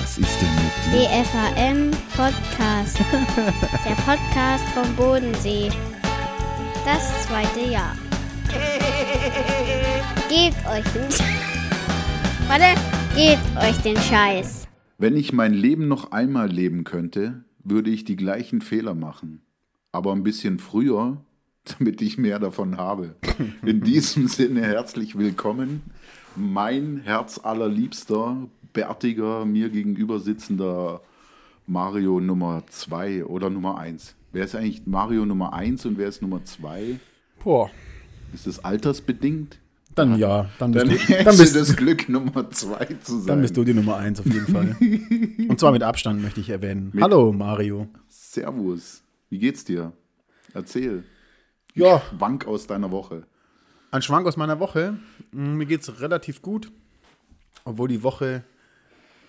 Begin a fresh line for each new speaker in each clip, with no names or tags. Was ist denn mit dir?
DFAM Podcast. Der Podcast vom Bodensee. Das zweite Jahr. Gebt euch den Warte, gebt euch den Scheiß.
Wenn ich mein Leben noch einmal leben könnte, würde ich die gleichen Fehler machen. Aber ein bisschen früher, damit ich mehr davon habe. In diesem Sinne herzlich willkommen. Mein herzallerliebster, bärtiger, mir gegenüber sitzender Mario Nummer 2 oder Nummer 1. Wer ist eigentlich Mario Nummer 1 und wer ist Nummer 2?
Boah,
Ist das altersbedingt?
dann ja, dann bist,
Dann
du,
hättest
dann,
du
bist,
das Glück, Nummer 2 zu sein.
dann bist du die Nummer eins auf jeden Fall. Und zwar mit Abstand möchte ich erwähnen. Hallo Mario.
Servus, wie geht's dir? Erzähl.
Ja,
Wank aus deiner Woche.
ein Schwank aus meiner Woche. Mm, Mir geht's relativ gut, obwohl die Woche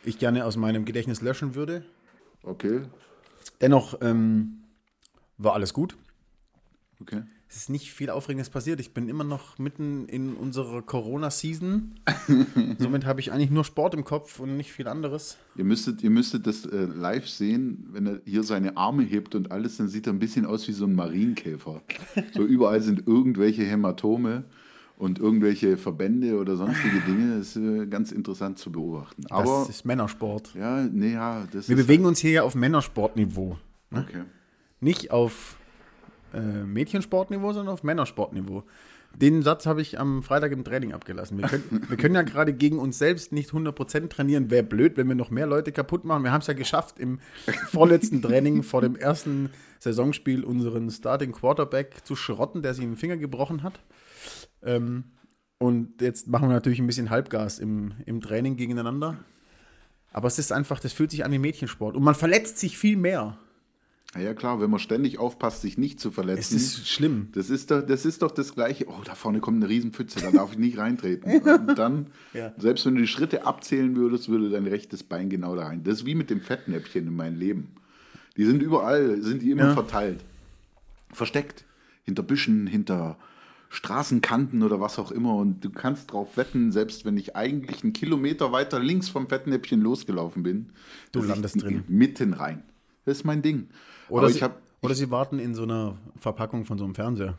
ich gerne aus meinem Gedächtnis löschen würde.
Okay,
Dennoch ähm, war alles gut.
okay.
Es ist nicht viel Aufregendes passiert. Ich bin immer noch mitten in unserer Corona-Season. Somit habe ich eigentlich nur Sport im Kopf und nicht viel anderes.
Ihr müsstet, ihr müsstet das äh, live sehen, wenn er hier seine Arme hebt und alles, dann sieht er ein bisschen aus wie so ein Marienkäfer. So überall sind irgendwelche Hämatome und irgendwelche Verbände oder sonstige Dinge. Das ist äh, ganz interessant zu beobachten. Aber
das ist Männersport.
ja, nee, ja, das
Wir
ist halt
bewegen uns hier ja auf Männersportniveau.
okay.
Nicht auf äh, Mädchensportniveau, sondern auf Männersportniveau. Den Satz habe ich am Freitag im Training abgelassen. Wir können, wir können ja gerade gegen uns selbst nicht 100% trainieren. Wäre blöd, wenn wir noch mehr Leute kaputt machen. Wir haben es ja geschafft, im vorletzten Training vor dem ersten Saisonspiel unseren Starting Quarterback zu schrotten, der sich den Finger gebrochen hat. Ähm, und jetzt machen wir natürlich ein bisschen Halbgas im, im Training gegeneinander. Aber es ist einfach, das fühlt sich an wie Mädchensport. Und man verletzt sich viel mehr.
Ja, ja, klar, wenn man ständig aufpasst, sich nicht zu
Es
verletzen.
ist schlimm.
Das ist, doch, das ist doch das Gleiche. Oh, da vorne kommt eine Riesenpfütze, da darf ich nicht reintreten. Und dann,
Ja.
selbst wenn du die Schritte abzählen würdest, würde dein rechtes Bein genau da rein. Das ist wie mit dem Fettnäpfchen in meinem Leben. Die sind überall, sind die immer
Ja.
verteilt. Versteckt. Hinter Büschen, hinter Straßenkanten oder was auch immer. Und du kannst drauf wetten, selbst wenn ich eigentlich einen Kilometer weiter links vom Fettnäpfchen losgelaufen bin,
Du
dass ich
landest drin.
Mitten rein. Das ist mein Ding.
Oder,
Aber
sie,
ich habe
oder sie warten in so einer Verpackung von so einem Fernseher.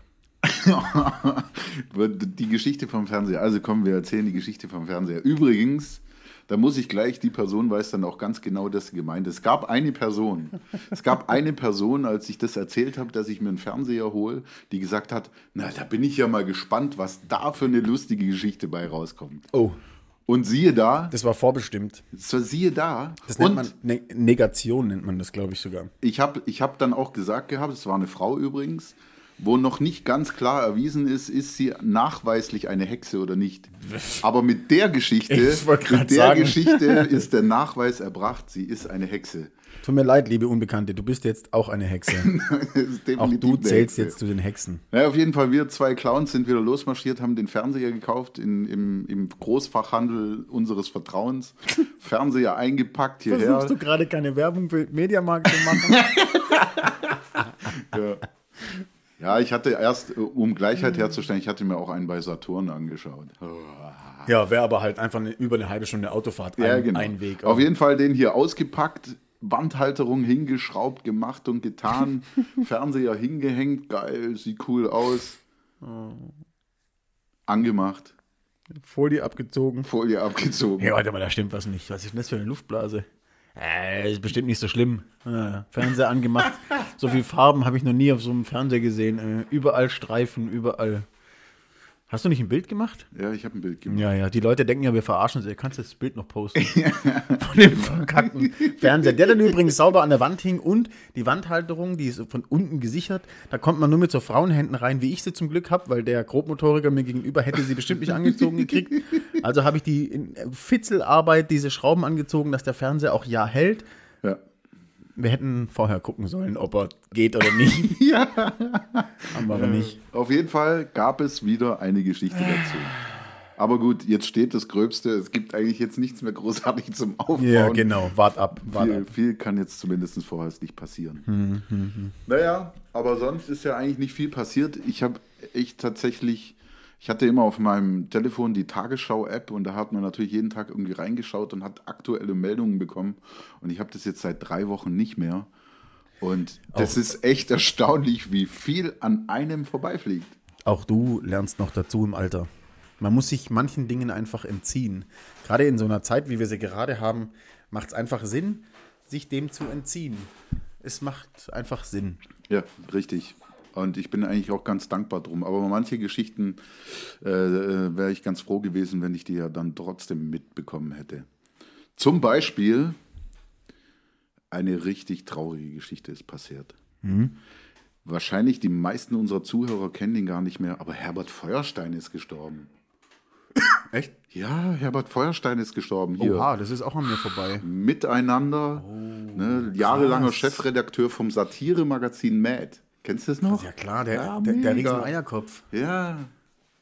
die Geschichte vom Fernseher. Also kommen wir erzählen die Geschichte vom Fernseher. Übrigens, da muss ich gleich, die Person weiß dann auch ganz genau, dass sie gemeint ist. Es gab eine Person, es gab eine Person, als ich das erzählt habe, dass ich mir einen Fernseher hole, die gesagt hat, na, da bin ich ja mal gespannt, was da für eine lustige Geschichte bei rauskommt.
Oh,
Und siehe da,
das war vorbestimmt.
so siehe da.
Das nennt
und
man ne Negation, nennt man das, glaube ich sogar.
ich habe ich hab dann auch gesagt gehabt, es war eine Frau übrigens, wo noch nicht ganz klar erwiesen ist, ist sie nachweislich eine Hexe oder nicht. Aber mit der Geschichte,
Ich wollt grad
mit der
sagen.
Geschichte ist der Nachweis erbracht, sie ist eine Hexe.
Tut mir leid, liebe Unbekannte, du bist jetzt auch eine Hexe.
Das ist
auch
definitiv
du
eine
zählst
Hexe.
jetzt zu den Hexen.
Naja, auf jeden Fall, wir zwei Clowns sind wieder losmarschiert, haben den Fernseher gekauft in, im, im Großfachhandel unseres Vertrauens. Fernseher eingepackt hierher.
Versuchst du gerade keine Werbung für Mediamarkt zu machen?
Ja. ja, ich hatte erst, äh, um Gleichheit herzustellen, ich hatte mir auch einen bei Saturn angeschaut.
ja, wäre aber halt einfach eine, über eine halbe Stunde Autofahrt ein,
Ja, genau.
ein Weg.
Auf jeden Fall den hier ausgepackt, Wandhalterung hingeschraubt, gemacht und getan, Fernseher hingehängt, geil, sieht cool aus.
Oh.
Angemacht,
Folie abgezogen.
Folie abgezogen.
Hey, warte mal, da stimmt was nicht. Was ist denn das für eine Luftblase? Äh, ist bestimmt nicht so schlimm. Äh, Fernseher angemacht. so viel Farben habe ich noch nie auf so einem Fernseher gesehen. Äh, überall Streifen, überall. Hast du nicht ein Bild gemacht?
Ja, ich habe ein Bild gemacht.
Ja, ja. Die Leute denken ja, wir verarschen sie. Kannst du das Bild noch posten? von dem verkackten Fernseher. Der dann übrigens sauber an der Wand hing und die Wandhalterung, die ist von unten gesichert. Da kommt man nur mit so Frauenhänden rein, wie ich sie zum Glück habe, weil der Grobmotoriker mir gegenüber hätte sie bestimmt nicht angezogen gekriegt. Also habe ich die in Fitzelarbeit diese Schrauben angezogen, dass der Fernseher auch ja hält.
Ja.
Wir hätten vorher gucken sollen, ob er geht oder nicht. ja. Haben wir aber nicht.
Auf jeden Fall gab es wieder eine Geschichte
Ah.
dazu. Aber gut, jetzt steht das Gröbste. Es gibt eigentlich jetzt nichts mehr großartig zum Aufbauen.
Ja, genau. Wart ab. Wart
viel,
ab.
viel kann jetzt zumindest vorerst nicht passieren. Naja, aber sonst ist ja eigentlich nicht viel passiert. Ich habe echt tatsächlich, Ich hatte immer auf meinem Telefon die Tagesschau-App und da hat man natürlich jeden Tag irgendwie reingeschaut und hat aktuelle Meldungen bekommen. Und ich habe das jetzt seit drei Wochen nicht mehr. Und das ist echt erstaunlich, wie viel an einem vorbeifliegt.
Auch du lernst noch dazu im Alter. Man muss sich manchen Dingen einfach entziehen. Gerade in so einer Zeit, wie wir sie gerade haben, macht es einfach Sinn, sich dem zu entziehen. Es macht einfach Sinn.
Ja, richtig. Und ich bin eigentlich auch ganz dankbar drum. Aber manche Geschichten äh, wäre ich ganz froh gewesen, wenn ich die ja dann trotzdem mitbekommen hätte. Zum Beispiel eine richtig traurige Geschichte ist passiert.
Mhm.
Wahrscheinlich die meisten unserer Zuhörer kennen ihn gar nicht mehr, aber Herbert Feuerstein ist gestorben.
Echt?
Ja, Herbert Feuerstein ist gestorben hier.
Oha, das ist auch an mir vorbei.
Miteinander. ne, jahrelanger
krass.
Chefredakteur vom Satire-Magazin Mad. Kennst du das noch?
Ja klar, der,
Ja,
der, der
mega.
riesen Eierkopf.
Ja,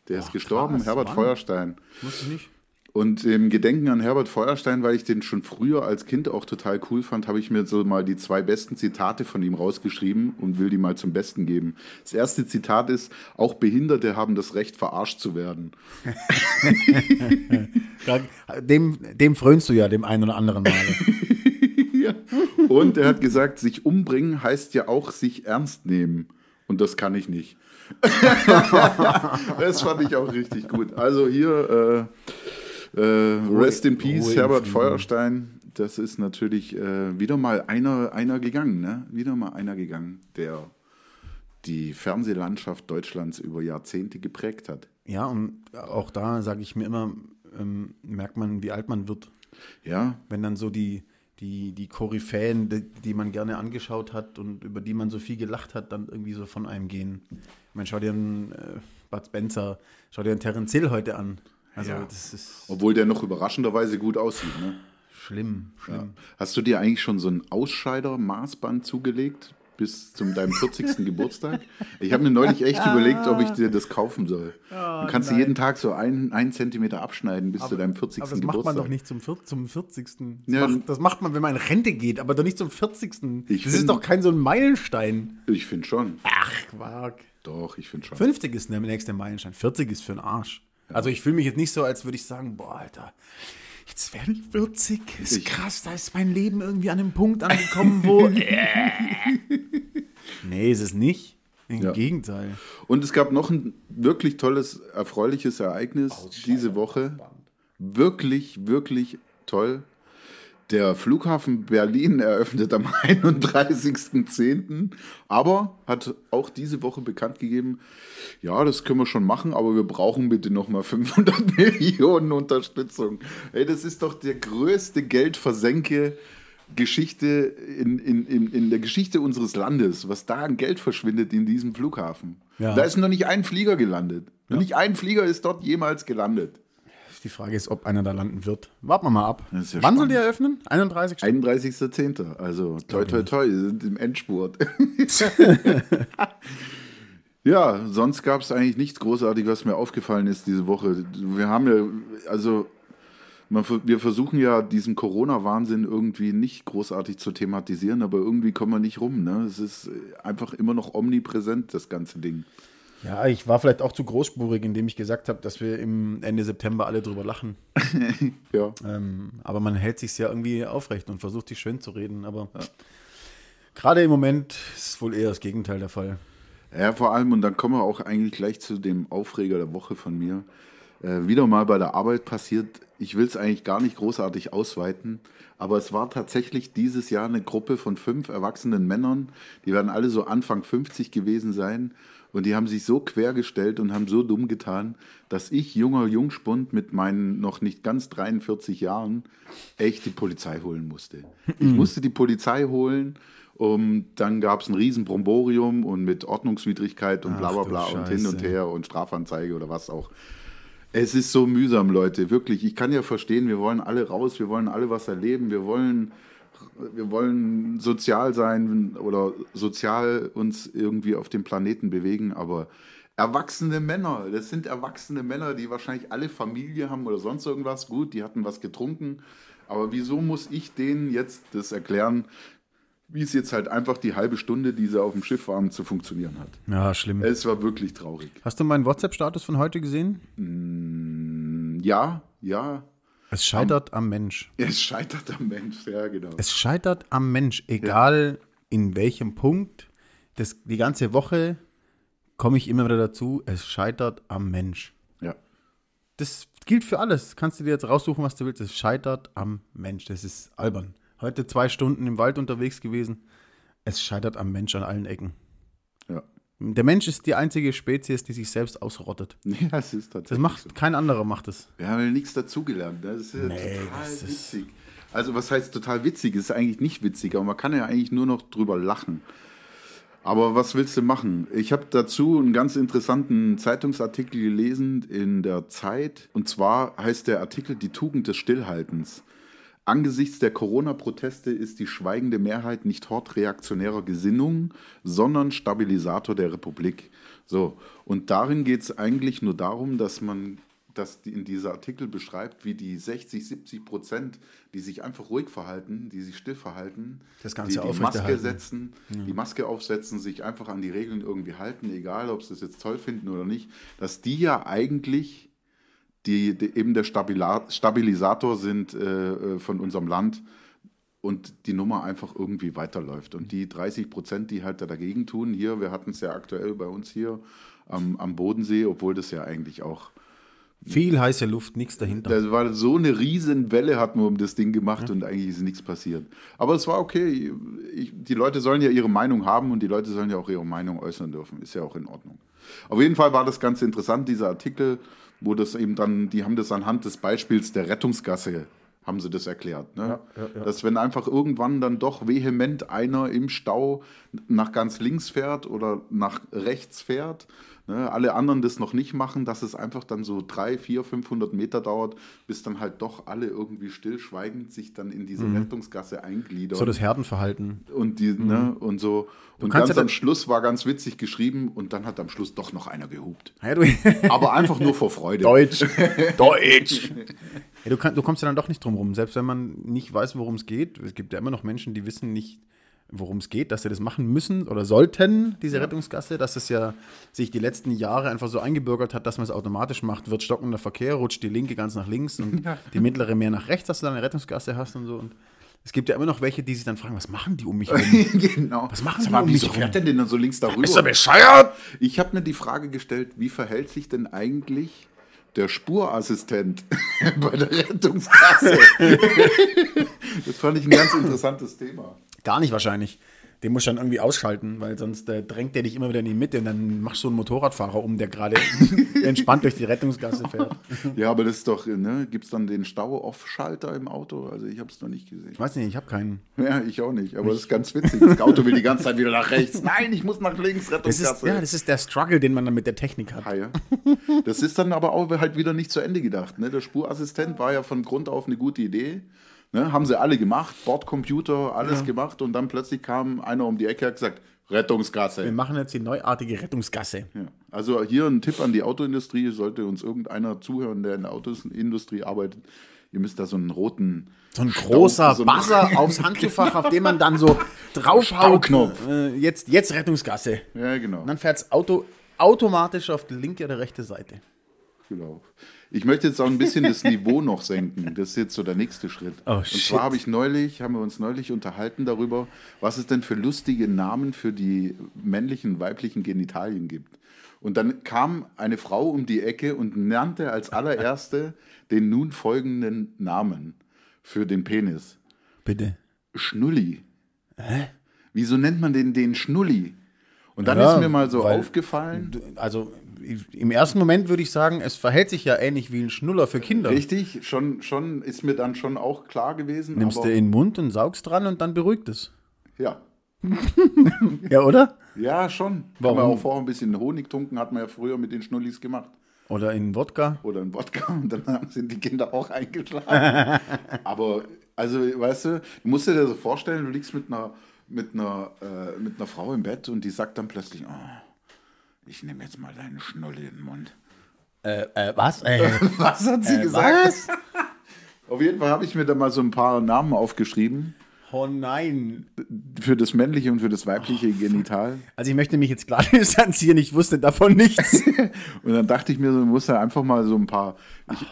der ist gestorben,
krass,
Herbert
Mann.
Feuerstein.
Muss ich nicht.
Und im Gedenken an Herbert Feuerstein, weil ich den schon früher als Kind auch total cool fand, habe ich mir so mal die zwei besten Zitate von ihm rausgeschrieben und will die mal zum Besten geben. Das erste Zitat ist, auch Behinderte haben das Recht, verarscht zu werden.
Dem, dem frönst du ja dem einen oder anderen Mal.
Und er hat gesagt, sich umbringen heißt ja auch sich ernst nehmen. Und das kann ich nicht. das fand ich auch richtig gut. Also hier, äh, äh, Rest in Peace,
Ruhe in
Herbert
Frieden.
Feuerstein. Das ist natürlich äh, wieder mal einer, einer gegangen, ne? Wieder mal einer gegangen, der die Fernsehlandschaft Deutschlands über Jahrzehnte geprägt hat.
ja, und auch da sage ich mir immer, ähm, merkt man, wie alt man wird.
Ja,
wenn dann so die, die, die Koryphäen, die, die man gerne angeschaut hat und über die man so viel gelacht hat, dann irgendwie so von einem gehen. Ich meine, schau dir einen äh, Bud Spencer, schau dir einen Terence Hill heute an. Also
Ja.
das ist
obwohl der noch überraschenderweise gut aussieht, ne?
schlimm, schlimm.
Hast du dir eigentlich schon so ein Ausscheider-Maßband zugelegt bis zu deinem 40. Geburtstag? Ich habe mir neulich echt überlegt, ob
Ah.
ich dir das kaufen soll. Dann kannst du jeden Tag so einen, einen Zentimeter abschneiden bis zu deinem 40.
Oh, Aber das
Geburtstag.
macht man doch nicht zum, vier- zum 40. Das,
Ja.
macht, das macht man, wenn man in Rente geht, aber doch nicht zum 40.
Ich
das
bin-
ist doch kein so ein Meilenstein.
Ich finde schon.
Ach, Quark.
Doch, ich finde schon.
50 ist der nächste Meilenstein. 40 ist für den Arsch. Also ich fühle mich jetzt nicht so, als würde ich sagen, boah, Alter, jetzt werde ich 40. Ist
Ich-
krass, da ist mein Leben irgendwie an einem Punkt angekommen, wo... nee, ist es nicht. Im
Ja.
Gegenteil.
Und es gab noch ein wirklich tolles, erfreuliches Ereignis diese Woche. Wirklich, wirklich toll. Der Flughafen Berlin eröffnet am 31.10., aber hat auch diese Woche bekannt gegeben, ja, das können wir schon machen, aber wir brauchen bitte nochmal 500 Millionen Unterstützung. Ey, das ist doch der größte Geldversenke. Geschichte in, in, in, in der Geschichte unseres Landes, was da an Geld verschwindet in diesem Flughafen.
Ja.
Da ist noch nicht ein Flieger gelandet. Noch nicht ein Flieger ist dort jemals gelandet.
Die Frage ist, ob einer da landen wird. Warten wir mal ab.
Das ist ja
Wann soll
spannend.
die eröffnen? 31 Stunden?
31.10. Also toi toi toi, wir sind im Endspurt. ja, sonst gab es eigentlich nichts Großartiges, was mir aufgefallen ist diese Woche. Wir haben ja, also man, ver- wir versuchen ja diesen Corona-Wahnsinn irgendwie nicht großartig zu thematisieren, aber irgendwie kommen wir nicht rum. Ne? Es ist äh, einfach immer noch omnipräsent, das ganze Ding.
Ja, ich war vielleicht auch zu großspurig, indem ich gesagt habe, dass wir im Ende September alle drüber lachen.
Ja.
Ähm, aber man hält sich ja irgendwie aufrecht und versucht, sich schön zu reden. Aber äh, gerade im Moment ist wohl eher das Gegenteil der Fall.
Ja, vor allem, und dann kommen wir auch eigentlich gleich zu dem Aufreger der Woche von mir. Äh, wieder mal bei der Arbeit passiert, ich will es eigentlich gar nicht großartig ausweiten, aber es war tatsächlich dieses Jahr eine Gruppe von fünf erwachsenen Männern, die werden alle so Anfang 50 gewesen sein und die haben sich so quergestellt und haben so dumm getan, dass ich, junger Jungspund mit meinen noch nicht ganz 43 Jahren, echt die Polizei holen musste.
Mhm.
Ich musste die Polizei holen um, dann gab es ein riesen Bromborium und mit Ordnungswidrigkeit und bla bla
du
bla und hin und
Scheiße.
her und Strafanzeige oder was auch. Es ist so mühsam, Leute, wirklich. Ich kann ja verstehen, wir wollen alle raus, wir wollen alle was erleben, wir wollen, wir wollen sozial sein oder sozial uns irgendwie auf dem Planeten bewegen, aber erwachsene Männer, das sind erwachsene Männer, die wahrscheinlich alle Familie haben oder sonst irgendwas. Gut, die hatten was getrunken, aber wieso muss ich denen jetzt das erklären? wie es jetzt halt einfach die halbe Stunde, die sie auf dem Schiff waren, zu funktionieren hat.
Ja, schlimm.
Es war wirklich traurig.
Hast du meinen WhatsApp-Status von heute gesehen?
Ja, ja,
Es scheitert am Mensch.
es scheitert am Mensch, ja, genau.
Es scheitert am Mensch, egal in welchem Punkt. Das, die ganze Woche komme ich immer wieder dazu, es scheitert am Mensch.
Ja.
Das gilt für alles. Kannst du dir jetzt raussuchen, was du willst. Es scheitert am Mensch. Das ist albern. Heute zwei Stunden im Wald unterwegs gewesen. Es scheitert am Mensch an allen Ecken.
Ja.
Der Mensch ist die einzige Spezies, die sich selbst ausrottet.
ja, es ist tatsächlich.
Das macht kein anderer macht es.
Wir haben ja nichts dazugelernt. ne? Das ist ja total
das ist-
witzig. Also, was heißt total witzig? Es ist eigentlich nicht witzig, aber man kann ja eigentlich nur noch drüber lachen. Aber was willst du machen? Ich habe dazu einen ganz interessanten Zeitungsartikel gelesen in der Zeit. Und zwar heißt der Artikel Die Tugend des Stillhaltens. Angesichts der Corona-Proteste ist die schweigende Mehrheit nicht Hort reaktionärer Gesinnung, sondern Stabilisator der Republik. So, und darin geht es eigentlich nur darum, dass man, dass die- in dieser Artikel beschreibt, wie die 60, 70 Prozent, die sich einfach ruhig verhalten, die sich still verhalten,
Das Ganze
die, die Maske
aufrechterhalten.
setzen, die Maske aufsetzen, sich einfach an die Regeln irgendwie halten, egal ob sie es jetzt toll finden oder nicht, dass die ja eigentlich die, die eben der Stabila Stabilisator sind äh, äh, von unserem Land und die Nummer einfach irgendwie weiterläuft. Und die 30 Prozent, die halt da dagegen tun, hier, wir hatten es ja aktuell bei uns hier am, am Bodensee, obwohl das ja eigentlich auch,
Viel heiße Luft, nichts dahinter.
das war so eine riesen Welle hatten wir um das Ding gemacht und eigentlich ist nichts passiert. Aber es war okay, ich, die Leute sollen ja ihre Meinung haben und die Leute sollen ja auch ihre Meinung äußern dürfen, ist ja auch in Ordnung. Auf jeden Fall war das ganz interessant, dieser Artikel, wo das eben dann, die haben das anhand des Beispiels der Rettungsgasse, haben sie das erklärt. Ne? Dass wenn einfach irgendwann dann doch vehement einer im Stau nach ganz links fährt oder nach rechts fährt, ne, alle anderen das noch nicht machen, dass es einfach dann so 3, 4, 500 Meter dauert, bis dann halt doch alle irgendwie stillschweigend sich dann in diese Rettungsgasse eingliedern
Mhm. So das Herdenverhalten.
und die, ne, und so. Und
kannst
ganz
ja
am
dann-
Schluss war ganz witzig geschrieben und dann hat am Schluss doch noch einer gehupt.
Ja, du,
Aber einfach nur vor Freude.
Deutsch. Deutsch. Ja, du, kann, du kommst ja dann doch nicht drum rum, selbst wenn man nicht weiß, worum es geht. Es gibt ja immer noch Menschen, die wissen nicht, worum es geht, dass sie das machen müssen oder sollten, diese Rettungsgasse, dass es ja sich die letzten Jahre einfach so eingebürgert hat, dass man es automatisch macht, wird stockender Verkehr, rutscht die linke ganz nach links und die mittlere mehr nach rechts, dass du dann eine Rettungsgasse hast und so. Und es gibt ja immer noch welche, die sich dann fragen, was machen die um mich rum?
genau.
Was machen
Sag
die
mal,
um
wieso
mich rum?
fährt denn denn so links darüber?
bescheuert?
Ich habe mir die Frage gestellt, wie verhält sich denn eigentlich der Spurassistent bei der Rettungsgasse? das fand ich ein ganz interessantes Thema.
Gar nicht wahrscheinlich. Den musst du dann irgendwie ausschalten, weil sonst äh, drängt der dich immer wieder in die Mitte und dann machst du einen Motorradfahrer um, der gerade entspannt durch die Rettungsgasse fährt.
Ja, aber das ist doch, ne, gibt es dann den Stau-Off-Schalter im Auto? Also ich habe es noch nicht gesehen.
Ich weiß nicht, ich habe keinen.
Ja, ich auch nicht, aber das ist ganz witzig. Das Auto will die ganze Zeit wieder nach rechts. Nein, ich Halt. muss nach links,
Das ist,
Rettungsgasse.
ja, das ist der Struggle, den man dann mit der Technik hat.
Haie. Das ist dann aber auch halt wieder nicht zu Ende gedacht. Ne? Der Spurassistent war ja von Grund auf eine gute Idee. Ne? Haben sie alle gemacht, Bordcomputer, alles gemacht und dann plötzlich kam einer um die Ecke und hat gesagt,
Wir
Rettungsgasse.
machen jetzt die neuartige Rettungsgasse.
Ja. Also hier ein Tipp an die Autoindustrie, sollte uns irgendeiner zuhören, der in der Autoindustrie arbeitet. Ihr müsst da so einen roten
So ein großer
so ein-
Buzzer aufs Handschuhfach, auf den man dann so draufhaut.
Stauknopf.
Äh, jetzt, jetzt Rettungsgasse.
Ja, genau.
Und dann fährt das Auto automatisch auf die linke oder rechte Seite.
Genau. Ich möchte jetzt auch ein bisschen das Niveau noch senken. Das ist jetzt so der nächste Schritt.
Oh,
und
shit.
zwar habe ich neulich, haben wir uns neulich unterhalten darüber, was es denn für lustige Namen für die männlichen und weiblichen Genitalien gibt. Und dann kam eine Frau um die Ecke und nannte als allererste den nun folgenden Namen für den Penis.
Bitte.
Schnulli. Hä? Wieso nennt man den, den Schnulli? Und dann
Ja,
ist mir mal so
weil-
aufgefallen.
Also im ersten Moment würde ich sagen, es verhält sich ja ähnlich wie ein Schnuller für Kinder.
Richtig, schon, schon ist mir dann schon auch klar gewesen.
Nimmst du
aber,
in den Mund und saugst dran und dann beruhigt es.
Ja.
Ja, oder?
Ja, schon.
Warum?
Haben wir auch vorher ein bisschen Honig tunken, hat man ja früher mit den Schnullis gemacht.
Oder in Wodka.
Oder ein Wodka und dann haben- sind die Kinder auch eingeschlafen. Aber, also, weißt du, du musst dir das so vorstellen, du liegst mit einer, mit einer, äh, mit einer Frau im Bett und die sagt dann plötzlich, oh, ich nehme jetzt mal deinen Schnulli in den Mund.
Äh, äh, was? Äh,
Was hat sie
äh,
gesagt? Auf jeden Fall habe ich mir da mal so ein paar Namen aufgeschrieben.
Oh nein.
Für das männliche und für das
Oh,
weibliche Genital.
Also ich möchte mich jetzt klar distanzieren, ich wusste davon nichts.
Und dann dachte ich mir, so, muss ja einfach mal so ein paar. Ich,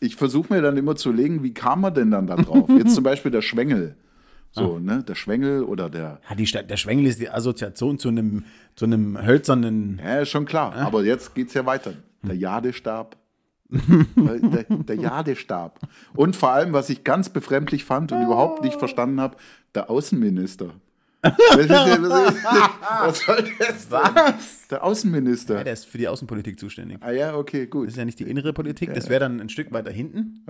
ich versuche mir dann immer zu legen, wie kam man denn dann da drauf? Jetzt zum Beispiel der Schwengel.
Ah.
So, ne? Der Schwengel oder der.
ja, die, Sta- der Schwengel ist die Assoziation zu einem, zu einem hölzernen.
Ja, ist schon klar.
Ah.
Aber jetzt geht's ja weiter.
Hm.
Der Jadestab. Weil der, der Jadestab. Und vor allem, was ich ganz befremdlich fand und überhaupt nicht verstanden habe, der Außenminister. Was, ist, denn- was, ist, was soll das? Was? Der Außenminister.
Ja, der ist für die Außenpolitik zuständig.
ah ja, okay, gut.
Das ist ja nicht die innere Politik, das wäre dann ein Stück weiter hinten.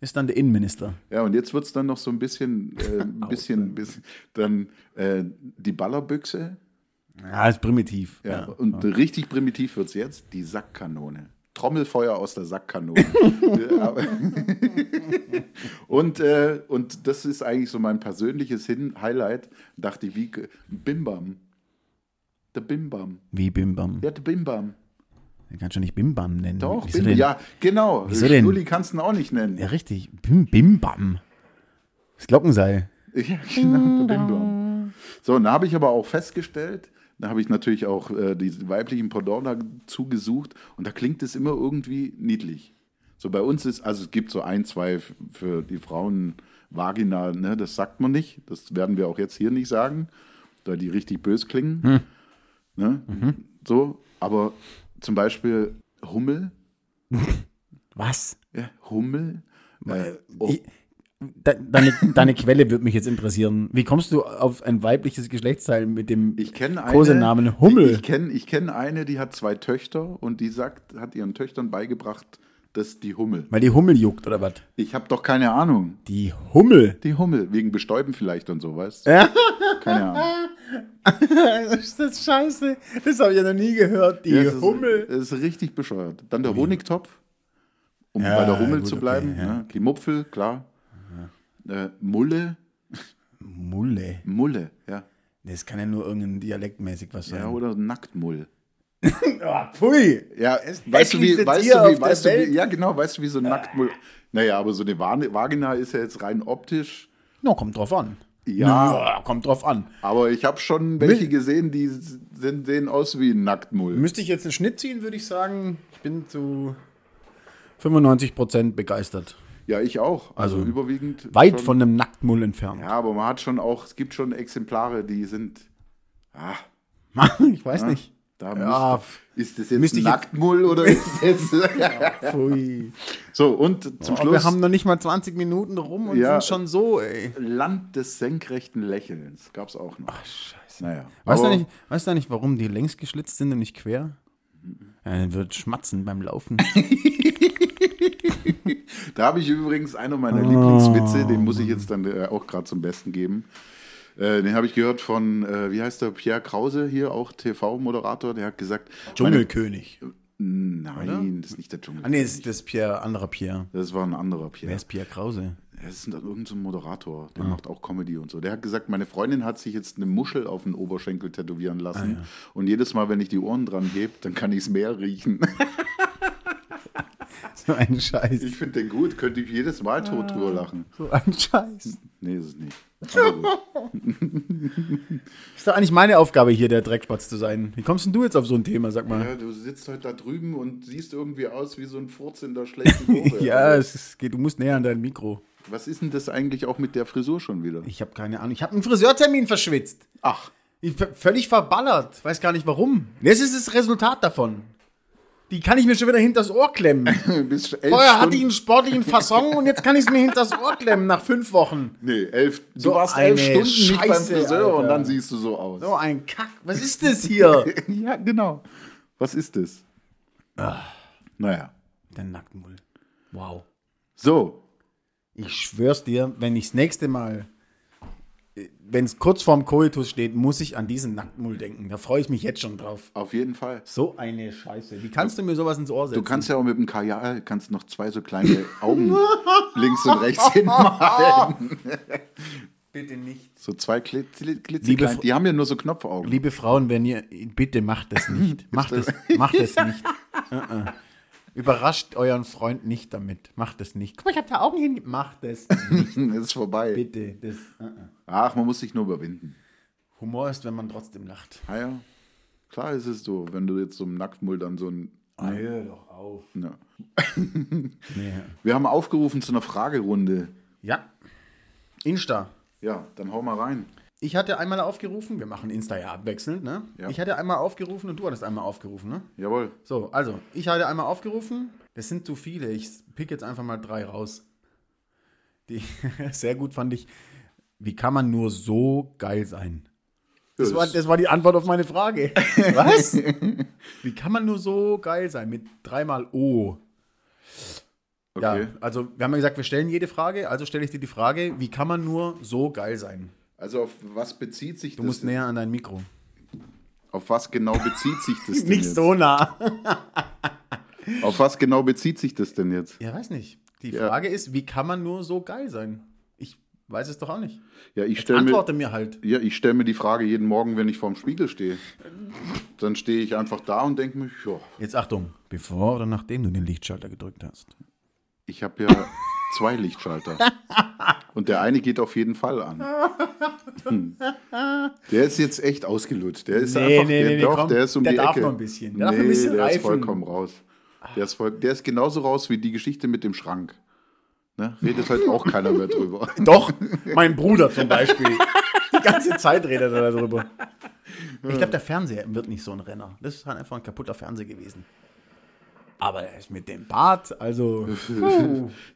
Ist dann der Innenminister.
Ja, und jetzt wird es dann noch so ein bisschen, äh, ein bisschen, bisschen dann äh, die Ballerbüchse.
Ja, ist primitiv.
Ja, Und richtig primitiv wird es jetzt, die Sackkanone. Trommelfeuer aus der Sackkanone. Ja, aber- und, äh, und das ist eigentlich so mein persönliches Hin Highlight. Dachte ich, wie ge- Bimbam. Der Bimbam.
Wie Bimbam.
Ja, der Bimbam.
Den kannst du nicht Bimbam nennen.
Doch,
Wieso
Bim
denn?
Ja, genau.
Wieso denn?
Schnulli kannst du ihn auch nicht nennen.
Ja, richtig. Bim, Bim Bam. Das Glockenseil.
Ja, genau, der Bimbam. So, und da habe ich aber auch festgestellt, da habe ich natürlich auch äh, die weiblichen Pendant dazu gesucht und da klingt es immer irgendwie niedlich. So bei uns ist, also es gibt so ein, zwei f- für die Frauen Vagina, ne, das sagt man nicht, das werden wir auch jetzt hier nicht sagen, da die richtig bös klingen. Ne? So, aber zum Beispiel Hummel,
Was?
ja, Hummel, äh, oh,
Ich, de, deine, deine Quelle würde mich jetzt interessieren. Wie kommst du auf ein weibliches Geschlechtsteil mit dem
Ich kenne eine.
Kosenamen Hummel?
Ich kenne ich kenn eine, die hat zwei Töchter und die sagt, hat ihren Töchtern beigebracht, dass die Hummel.
Weil die Hummel juckt oder was?
Ich habe doch keine Ahnung.
Die Hummel.
Die Hummel, wegen Bestäuben vielleicht und so, weißt du?
Ja.
Keine Ahnung.
ist das scheiße? Das habe ich ja noch nie gehört. Die
Ja, es ist, Es ist richtig bescheuert. Dann der Honigtopf, um
Ja,
bei der Hummel
gut,
zu
okay,
bleiben.
ja.
ne? Die Mupfel, klar. Äh, Mulle,
Mulle.
Mulle, ja.
Das kann ja nur irgendein dialektmäßig was sein.
Ja, oder Nacktmull.
Ah, pui.
Ja, weißt du, wie,
hässlichste
weißt
Tier
du,
auf
wie,
der
weißt du,
Welt.
wie, ja, genau, weißt du, wie so ein Nacktmull. Naja, aber so eine Vane- Vagina ist ja jetzt rein optisch.
Na, kommt drauf an.
Ja.
Na, kommt drauf an.
Aber ich habe schon welche gesehen, die sind, sehen aus wie ein Nacktmull.
Müsste ich jetzt einen Schnitt ziehen, würde ich sagen, ich bin zu 95% begeistert.
Ja, ich auch. Also,
Also,
überwiegend.
Weit
schon.
von einem Nacktmull entfernt.
Ja, aber man hat schon auch, es gibt schon Exemplare, die sind. Ah,
ich weiß nicht.
da
Ja,
müsste- ist das jetzt
müsste
ein
ich jetzt-
Nacktmull oder ist das.
Pfui.
so, und zum
Aber Oh, wir
Schluss
haben noch nicht mal 20 Minuten rum und
Ja.
sind schon so, ey.
Land des senkrechten Lächelns. Gab's auch noch. Ach, scheiße. Naja.
Weißt du,
aber-
nicht, weißt du nicht, warum die längs geschlitzt sind und nicht quer? Er wird schmatzen beim Laufen.
Da habe ich übrigens einer meiner Lieblingswitze,
Ah,
den muss ich jetzt dann äh, auch gerade zum Besten geben. Äh, den habe ich gehört von, äh, wie heißt der, Pierre Krause hier, auch TV-Moderator, der hat gesagt,
Dschungelkönig.
meine, nein, das ist nicht der Dschungel.
Ah, nee, das ist das ist Pierre, anderer Pierre.
das war ein anderer Pierre.
Wer ist Ah. Pierre Krause?
Das ist dann irgendein so ein Moderator, der macht auch Comedy und so. Der hat gesagt, meine Freundin hat sich jetzt eine Muschel auf den Oberschenkel tätowieren lassen.
Ah,
Und jedes Mal, wenn ich die Ohren dran hebe, dann kann ich es mehr riechen.
So ein Scheiß.
Ich finde den gut, könnte ich jedes Mal
Ah.
tot drüber lachen.
So ein Scheiß.
Nee, ist es nicht. Aber gut.
Ist doch eigentlich meine Aufgabe hier, der Dreckspatz zu sein. Wie kommst denn du jetzt auf so ein Thema, sag mal?
Ja, du sitzt heute da drüben und siehst irgendwie aus wie so ein Furz in der schlechten Kurve.
Ja, es ist, geht, du musst näher an dein Mikro.
Was ist denn das eigentlich auch mit der Frisur schon wieder?
Ich habe keine Ahnung. Ich habe einen Friseurtermin verschwitzt.
Ach,
Ich bin völlig verballert. Weiß gar nicht warum. Das ist das Resultat davon. Die kann ich mir schon wieder hinters Ohr klemmen.
bis elf
Vorher hatte ich
Stunden.
einen sportlichen Fasson und jetzt kann ich es mir hinters Ohr klemmen nach fünf Wochen.
nee, elf,
So
du warst elf
eine
Stunden nicht beim
Scheiße,
Friseur
Alter.
und dann siehst du so aus.
So ein Kack. Was ist das hier?
Ja, genau. Was ist das?
Ah.
Naja.
Der Nacktmull. Wow.
So,
Ich schwör's dir, wenn ich's nächste Mal, wenn es kurz vorm Koitus steht, muss ich an diesen Nacktmull denken. Da freue ich mich jetzt schon drauf.
auf jeden Fall.
So eine Scheiße. Wie kannst du mir sowas ins Ohr setzen?
Du kannst ja auch mit dem Kajal kannst noch zwei so kleine Augen links und rechts hinmalen.
bitte nicht.
So zwei Kli- Kli-
Liebe
klitzeklein.
Fr-
Die haben ja nur so Knopfaugen.
Liebe Frauen, wenn ihr bitte macht das nicht. Macht es, macht es nicht. Äh, äh. Überrascht euren Freund nicht damit. Macht es nicht. Guck mal, ich habe da Augen hin. Macht es nicht,
Es ist vorbei.
bitte. Das, äh, äh.
Ach, man muss sich nur überwinden.
Humor ist, wenn man trotzdem lacht.
Ah ja. Klar ist es so, wenn du jetzt so im Nacktmull dann so ein.
Hör doch auf.
Ja.
Nee.
Wir haben aufgerufen zu einer Fragerunde.
Ja. Insta.
Ja, dann hau mal rein.
Ich hatte einmal aufgerufen, wir machen Insta ja abwechselnd, ne?
Ja.
Ich hatte einmal aufgerufen und du hattest einmal aufgerufen, ne?
Jawohl.
So, also, ich hatte einmal aufgerufen. Das sind zu viele. Ich pick jetzt einfach mal drei raus. Die sehr gut fand ich. Wie kann man nur so geil sein? Das war, das war die Antwort auf meine Frage. Was? Wie kann man nur so geil sein? Mit dreimal O.
okay.
Ja, also wir haben ja gesagt, wir stellen jede Frage. Also stelle ich dir die Frage, wie kann man nur so geil sein?
Also auf was bezieht sich
Du
das?
musst
denn?
näher an dein Mikro.
Auf was genau bezieht sich das denn jetzt?
nah.
Auf was genau bezieht sich das denn jetzt?
Ja, weiß nicht. Die
Ja.
Frage ist, wie kann man nur so geil sein? Ich weiß es doch auch nicht.
Ja, ich stelle mir,
Antworte mir halt.
ja, ich stell mir die Frage jeden Morgen, wenn ich vorm Spiegel stehe. Dann stehe ich einfach da und denke mir, ja,
Jetzt Achtung, bevor oder nachdem du den Lichtschalter gedrückt hast.
ich habe ja zwei Lichtschalter. Und der eine geht auf jeden Fall an. Hm. Der ist jetzt echt ausgelutscht. Der ist
Nee,
einfach,
nee,
der,
nee,
doch,
komm,
der ist um
der
die
darf
Ecke.
noch ein bisschen, der darf ein
Nee,
bisschen
der
reifen.
ist vollkommen raus. Der ist, voll, der ist genauso raus wie die Geschichte mit dem Schrank. Ne? Redet halt auch keiner mehr drüber.
Doch, mein Bruder zum Beispiel. Die ganze Zeit redet er darüber. Ich glaube, der Fernseher wird nicht so ein Renner. Das ist halt einfach ein kaputter Fernseher gewesen. Aber er ist mit dem Bart, also.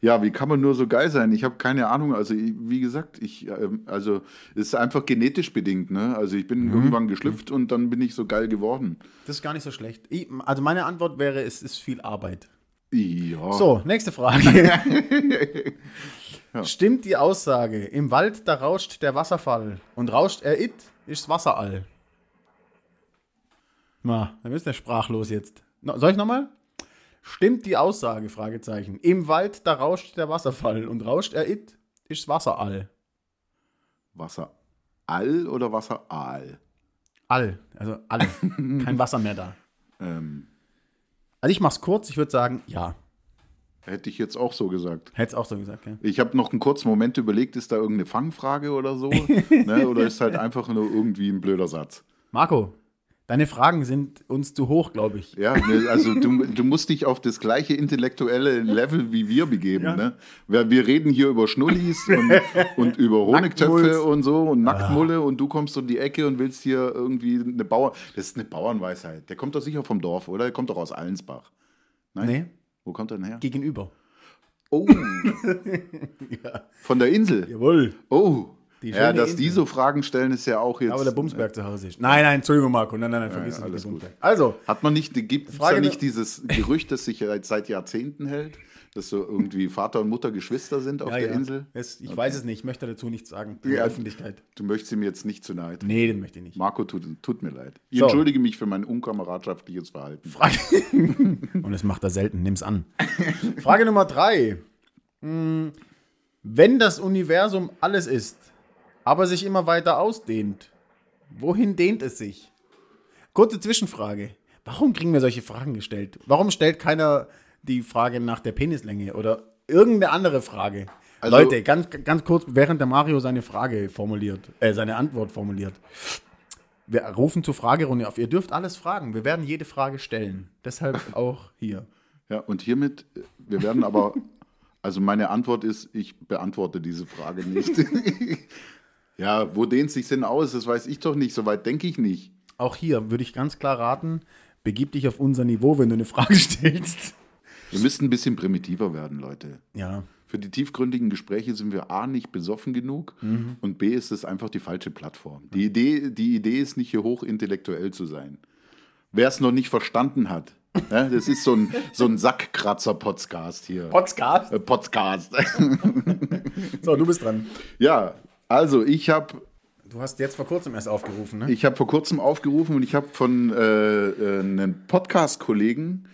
Ja, wie kann man nur so geil sein? Ich habe keine Ahnung. Also, ich- wie gesagt, ich, ähm, also, es ist einfach genetisch bedingt. Ne? Also, ich
Mhm.
bin irgendwann geschlüpft und dann bin ich so geil geworden.
Das ist gar nicht so schlecht. Ich, also meine Antwort wäre, es ist viel Arbeit.
Ja.
So, nächste Frage. Stimmt die Aussage, im Wald da rauscht der Wasserfall und rauscht er it, ist Wasserall. Na, dann ist der sprachlos jetzt. No, soll ich nochmal? Stimmt die Aussage, Fragezeichen. Im Wald da rauscht der Wasserfall und rauscht er it, ist Wasserall.
Wasser all oder Wasser aal?
All, also alle. Kein Wasser mehr da.
Ähm,
Also ich mach's kurz, ich würde sagen, ja.
hätte ich jetzt auch so gesagt.
Hätt's auch so gesagt, ja.
Ich habe noch einen kurzen Moment überlegt, ist da irgendeine Fangfrage oder so? ne? Oder ist halt einfach nur irgendwie ein blöder Satz?
Marco, deine Fragen sind uns zu hoch, glaube ich.
Ja, ne, also du, du musst dich auf das gleiche intellektuelle Level wie wir begeben. Ne? Wir, wir reden hier über Schnullis und, und über
Nacktmulls.
Honigtöpfe und so und Nacktmulle und du kommst um die Ecke und willst hier irgendwie eine Bauer. Das ist eine Bauernweisheit. Der kommt doch sicher vom Dorf, oder? Der kommt doch aus Allensbach.
Nee,
Wo kommt er denn her?
gegenüber.
Oh. Von der Insel.
Jawohl.
Oh.
Die
ja,
schöne
dass die
Insel.
so Fragen stellen, ist ja auch jetzt.
Aber der Bumsberg zu Hause ist. Nein, nein, Entschuldigung, Marco. Nein, nein, nein, vergiss
ja,
es
alles
nicht. der
gut.
Bumsberg. Also,
äh, Hat man nicht, gibt es
Frage
da
ne-
nicht dieses Gerücht, das sich ja seit Jahrzehnten hält, dass so irgendwie Vater und Mutter Geschwister sind auf
ja,
der
ja.
Insel?
Es, ich weiß es nicht, ich möchte dazu nichts sagen. In
Ja.
der Öffentlichkeit.
Du möchtest ihm jetzt nicht zu nahe treten.
Nee, den möchte ich nicht.
Marco, tut, tut mir leid. Ich
So.
entschuldige mich für mein unkameradschaftliches Verhalten.
Frage. Und das macht er selten, nimm's an. Frage Nummer drei. Hm, Wenn das Universum alles ist, aber sich immer weiter ausdehnt, wohin dehnt es sich? Kurze Zwischenfrage. Warum kriegen wir solche Fragen gestellt? Warum stellt keiner die Frage nach der Penislänge oder irgendeine andere Frage?
Also-
Leute, ganz, ganz kurz, während der Mario seine Frage formuliert, äh, seine Antwort formuliert. Wir rufen zur Fragerunde auf. Ihr dürft alles fragen. Wir werden jede Frage stellen. Deshalb auch hier.
Ja, und hiermit, äh, wir werden aber, also meine Antwort ist, ich beantworte diese Frage nicht. ja, wo dehnt sich denn aus? Das weiß ich doch nicht. Soweit denke ich nicht.
Auch hier würde ich ganz klar raten, begib dich auf unser Niveau, wenn du eine Frage stellst.
Wir müssen ein bisschen primitiver werden, Leute.
Ja.
Für die tiefgründigen Gespräche sind wir A nicht besoffen genug und B ist es einfach die falsche Plattform. Die Idee, die Idee ist nicht hier hochintellektuell zu sein. Wer es noch nicht verstanden hat, ne, das ist so ein, so ein Sackkratzer-Podcast hier.
Podcast.
Äh, Podcast.
So, du bist dran.
ja, also ich habe
Du hast jetzt vor kurzem erst aufgerufen, ne?
Ich habe vor kurzem aufgerufen und ich habe von äh, äh, einem Podcast-Kollegen,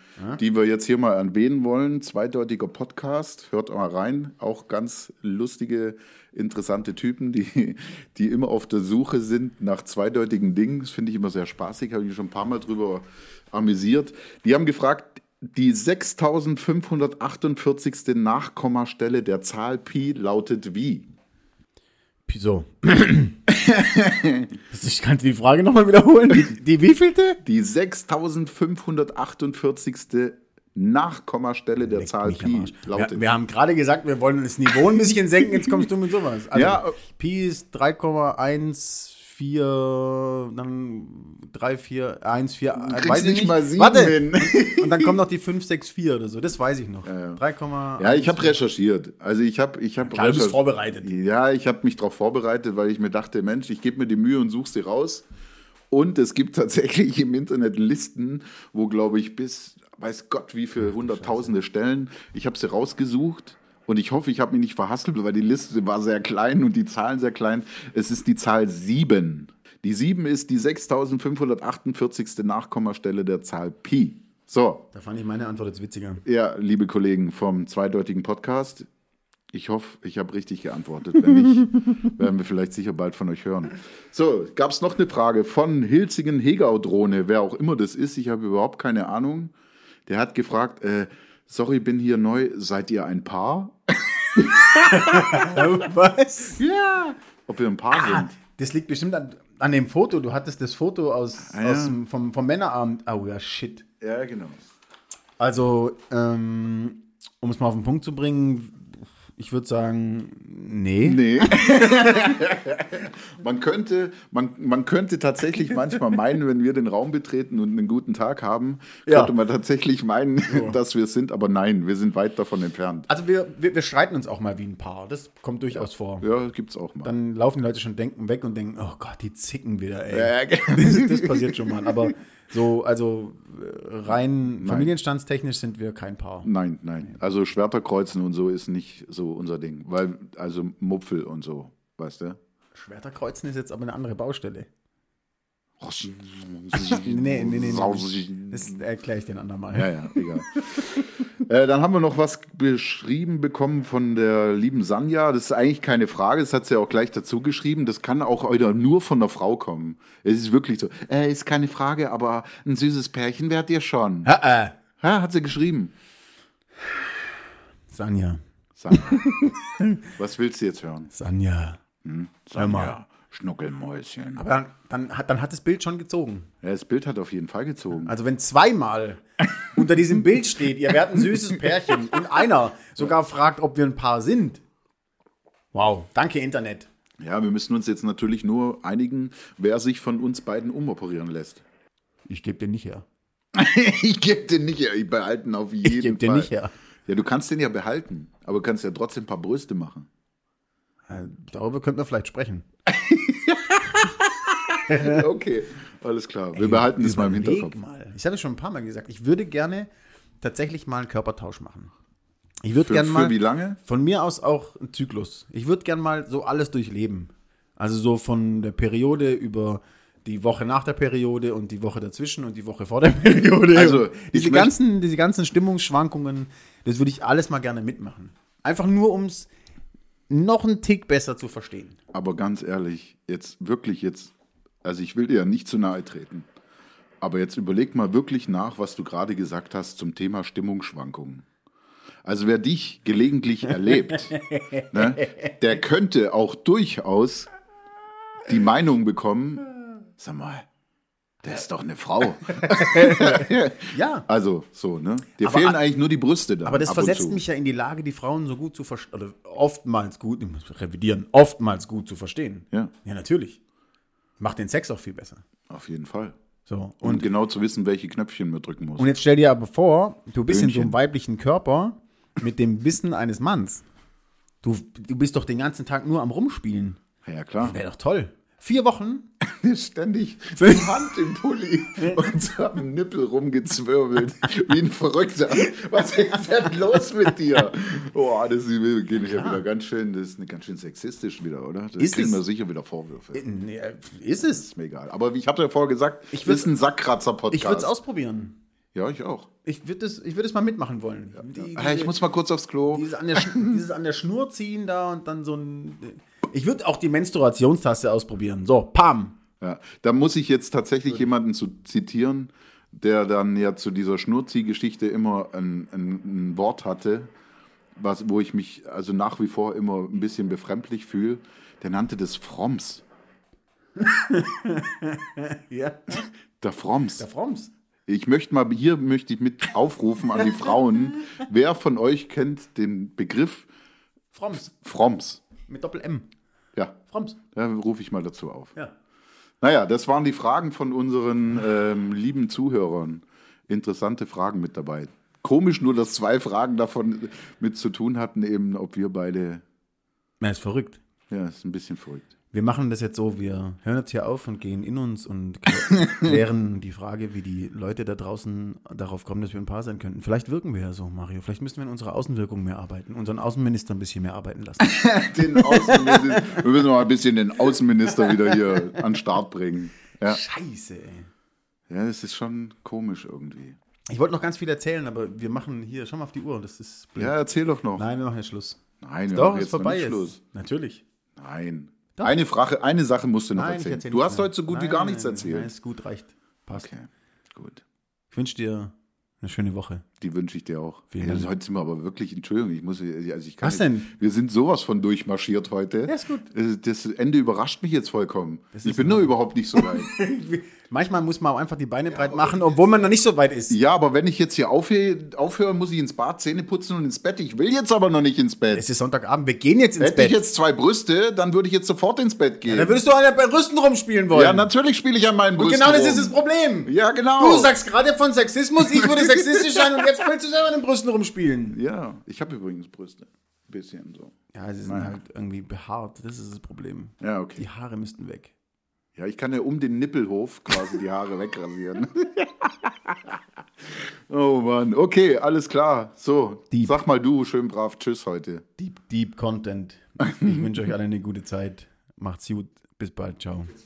die wir jetzt hier mal erwähnen wollen, zweideutiger Podcast, hört mal rein, auch ganz lustige, interessante Typen, die, die immer auf der Suche sind nach zweideutigen Dingen. Das finde ich immer sehr spaßig, habe ich mich schon ein paar Mal drüber amüsiert. Die haben gefragt, Die 6548. Nachkommastelle der Zahl Pi lautet wie?
Wieso? ich kann die Frage nochmal wiederholen. Die, die wievielte?
Die 6548. Nachkommastelle der
Leck
Zahl
mich am
Pi
Arsch.
lautet.
Wir, wir haben gerade gesagt, wir wollen das Niveau ein bisschen senken, jetzt kommst du mit sowas. Also,
Ja.
Pi ist 3,14, dann 3, 4, 1, 4,
Kriegst nicht mal sieben
Warte.
hin.
Und dann kommt noch die 5, 6, 4 oder so, das weiß ich noch. 3,
Ja, ich habe recherchiert. Also ich habe ich hab
Klar, du bist
recher-
vorbereitet.
Ja, ich habe mich darauf vorbereitet, weil ich mir dachte, Mensch, ich gebe mir die Mühe und suche sie raus. Und es gibt tatsächlich im Internet Listen, wo, glaube ich, bis weiß Gott wie viele hunderttausende Stellen. Ich habe sie rausgesucht und ich hoffe, ich habe mich nicht verhasselt, weil die Liste war sehr klein und die Zahlen sehr klein. Es ist die Zahl 7. Die 7 ist die 6548. Nachkommastelle der Zahl Pi. So,
Da fand ich meine Antwort jetzt witziger.
ja, liebe Kollegen vom zweideutigen Podcast, ich hoffe, ich habe richtig geantwortet. Wenn nicht, werden wir vielleicht sicher bald von euch hören. So, gab es noch eine Frage von Hilzigen Hegau-Drohne, wer auch immer das ist, ich habe überhaupt keine Ahnung. Der hat gefragt, äh, sorry, bin hier neu, seid ihr ein Paar?
Was? Ah.
Ja. Ob wir ein Paar sind?
Das liegt bestimmt an, an dem Foto. Du hattest das Foto aus,
Ah, ja.
aus dem, vom, vom Männerabend. Oh ja, shit.
Ja, genau.
Also, ähm, um es mal auf den Punkt zu bringen, ich würde sagen, nee.
Nee. man, könnte, man, man könnte tatsächlich manchmal meinen, wenn wir den Raum betreten und einen guten Tag haben,
Ja.
könnte man tatsächlich meinen, dass wir es sind, aber nein, wir sind weit davon entfernt.
Also wir, wir, wir streiten uns auch mal wie ein Paar. Das kommt durchaus vor.
Ja, gibt's auch mal.
Dann laufen die Leute schon denken weg und denken, oh Gott, die zicken wieder, ey.
Ja, ge-
Das, das passiert schon mal. Aber so, also äh, rein familienstandstechnisch sind wir kein Paar.
nein, nein. Also Schwerterkreuzen und so ist nicht so unser Ding, weil also Mupfel und so, weißt du?
Schwerterkreuzen ist jetzt aber eine andere Baustelle.
nee,
Nee, nee, nee. nee. Das erkläre ich den andermal.
Ja, ja, egal. äh, dann haben wir noch was beschrieben bekommen von der lieben Sanja. Das ist eigentlich keine Frage, das hat sie auch gleich dazu geschrieben. Das kann auch wieder nur von der Frau kommen. Es ist wirklich so. Äh, ist keine Frage, aber ein süßes Pärchen wärt ihr schon. Ha?
Ah, ah.
hat sie geschrieben.
Sanja,
Sanja. was willst du jetzt hören?
Sanja. mal.
Schnuckelmäuschen.
Aber dann, dann, hat, dann hat das Bild schon gezogen.
Ja, das Bild hat auf jeden Fall gezogen.
Also wenn zweimal unter diesem Bild steht, ihr werdet ein süßes Pärchen und einer sogar fragt, ob wir ein Paar sind. Wow, danke Internet.
Ja, wir müssen uns jetzt natürlich nur einigen, wer sich von uns beiden umoperieren lässt.
Ich gebe dir nicht her.
ich gebe den nicht her. Ich behalte ihn auf jeden
Ich gebe dir
Fall.
nicht her.
Ja, du kannst den ja behalten, aber du kannst ja trotzdem ein paar Brüste machen.
Äh, Darüber könnten wir vielleicht sprechen.
Okay, alles klar. Wir behalten das mal im
Überleg
Hinterkopf.
Mal. Ich habe schon ein paar Mal gesagt, ich würde gerne tatsächlich mal einen Körpertausch machen. Ich würde
Für,
gerne mal
für wie lange?
von mir aus auch einen Zyklus. Ich würde gerne mal so alles durchleben. Also so von der Periode über die Woche nach der Periode und die Woche dazwischen und die Woche vor der Periode.
Also, ich
diese
möcht-
ganzen, diese ganzen Stimmungsschwankungen, das würde ich alles mal gerne mitmachen. Einfach nur, um es noch einen Tick besser zu verstehen.
Aber ganz ehrlich, jetzt wirklich jetzt, also ich will dir ja nicht zu nahe treten, aber jetzt überleg mal wirklich nach, was du gerade gesagt hast zum Thema Stimmungsschwankungen. Also wer dich gelegentlich erlebt, ne, der könnte auch durchaus die Meinung bekommen, sag mal, der ist doch eine Frau.
Ja,
Also so, ne? Dir
Aber
fehlen
a-
eigentlich nur die Brüste da.
aber das versetzt mich ja in die Lage, die Frauen so gut zu verstehen, oder oftmals gut, ich muss revidieren, oftmals gut zu verstehen.
Ja.
Ja, natürlich. Macht den Sex auch viel besser.
Auf jeden Fall.
So.
Und, genau zu wissen, welche Knöpfchen man drücken muss.
Und jetzt stell dir aber vor, du bist in so
Böhnchen.
einem weiblichen Körper mit dem Wissen eines Manns. Du, du bist doch den ganzen Tag nur am Rumspielen.
Ja klar.
Wäre doch toll. Vier Wochen?
Ständig die Hand im Pulli und am Nippel rumgezwirbelt wie ein Verrückter. Was ist denn los mit dir? Boah, das ist wir gehen hier wieder ganz schön, das ist ganz schön sexistisch wieder, oder? Das
Ist
kriegen
es?
wir sicher wieder Vorwürfe. Ist
Äh, Nee, ist es.
mir egal. Aber wie ich habe ja vorher gesagt,
Ich
das
würd-
ist ein Sackkratzer-Podcast.
Ich würde es ausprobieren.
Ja, ich auch.
Ich würde es ich würd es mal mitmachen wollen. Die-
Ah, ich
diese-
muss mal kurz aufs Klo.
dieses, an der, Schn- dieses an der Schnur ziehen da und dann so ein. Ich würde auch die Menstruationstaste ausprobieren. So, pam.
Ja, da muss ich jetzt tatsächlich jemanden zu zitieren, der dann ja zu dieser Schnurzieh-Geschichte immer ein, ein, ein Wort hatte, was, wo ich mich also nach wie vor immer ein bisschen befremdlich fühle, der nannte das Fromms.
Ja.
Der Fromms.
Der Fromms.
Ich möchte mal, hier möchte ich mit aufrufen an die Frauen, wer von euch kennt den Begriff
Fromms.
Fromms?
Mit Doppel-M.
Ja,
Fromms.
da rufe ich mal dazu auf.
Ja.
Naja, das waren die Fragen von unseren ähm, lieben Zuhörern. Interessante Fragen mit dabei. Komisch nur, dass zwei Fragen davon mit zu tun hatten, eben ob wir beide.
Na, ist verrückt.
Ja, ist ein bisschen verrückt.
Wir machen das jetzt so, wir hören jetzt hier auf und gehen in uns und klären die Frage, wie die Leute da draußen darauf kommen, dass wir ein Paar sein könnten. Vielleicht wirken wir ja so, Mario. Vielleicht müssen wir in unserer Außenwirkung mehr arbeiten, unseren Außenminister ein bisschen mehr arbeiten lassen.
Den Außenminister, wir müssen mal ein bisschen den Außenminister wieder hier an den Start bringen. Ja,
Scheiße, ey.
ja das ist schon komisch irgendwie.
Ich wollte noch ganz viel erzählen, aber wir machen hier, schau mal auf die Uhr, das ist blöd.
Ja, erzähl doch noch.
Nein, wir machen jetzt Schluss.
Nein, wir
Doch,
machen
ist
jetzt noch
vorbei
nicht
jetzt.
Schluss.
Natürlich.
Nein. Eine, Frage, eine Sache musst du noch
ich
erzählen.
erzähl
du
nichts
hast
mehr.
heute so gut wie
Nein,
gar nichts
nein,
erzählt.
Nein, ist gut, reicht. Passt.
Okay, gut.
Ich wünsche dir eine schöne Woche.
Die wünsche ich dir auch.
Vielen
Ey,
Dank.
heute sind wir aber wirklich, Entschuldigung, ich muss, also ich kann
Was
jetzt,
denn?
Wir sind sowas von durchmarschiert heute.
Ja, ist gut.
Äh, Das Ende überrascht mich jetzt vollkommen. ich
ist
bin nur überhaupt nicht so weit.
Manchmal muss man auch einfach die Beine breit machen, obwohl man noch nicht so weit ist.
ja, aber wenn ich jetzt hier aufhe- aufhöre, muss ich ins Bad, Zähne putzen und ins Bett. Ich will jetzt aber noch nicht ins Bett.
Es ist Sonntagabend, wir gehen jetzt ins
Hätte ich
Bett.
jetzt zwei Brüste, dann würde ich jetzt sofort ins Bett gehen.
Dann würdest du an der Rüsten rumspielen wollen.
ja, natürlich spiele ich an meinen
Und
Brüsten.
genau das
rum.
ist das Problem.
Ja, genau.
Du sagst gerade von Sexismus, ich würde sexistisch sein und jetzt willst du selber an den Brüsten rumspielen.
Ja, ich habe übrigens Brüste. Ein bisschen so.
Ja, sie sind halt irgendwie behaart, das ist das Problem.
Ja, okay.
Die Haare müssten weg.
Ja, ich kann ja um den Nippelhof quasi die Haare wegrasieren. oh Mann. Okay, alles klar. So,
Dieb.
sag mal du schön brav Tschüss heute.
Deep, deep Content. Ich wünsche euch alle eine gute Zeit. Macht's gut. Bis bald. Ciao.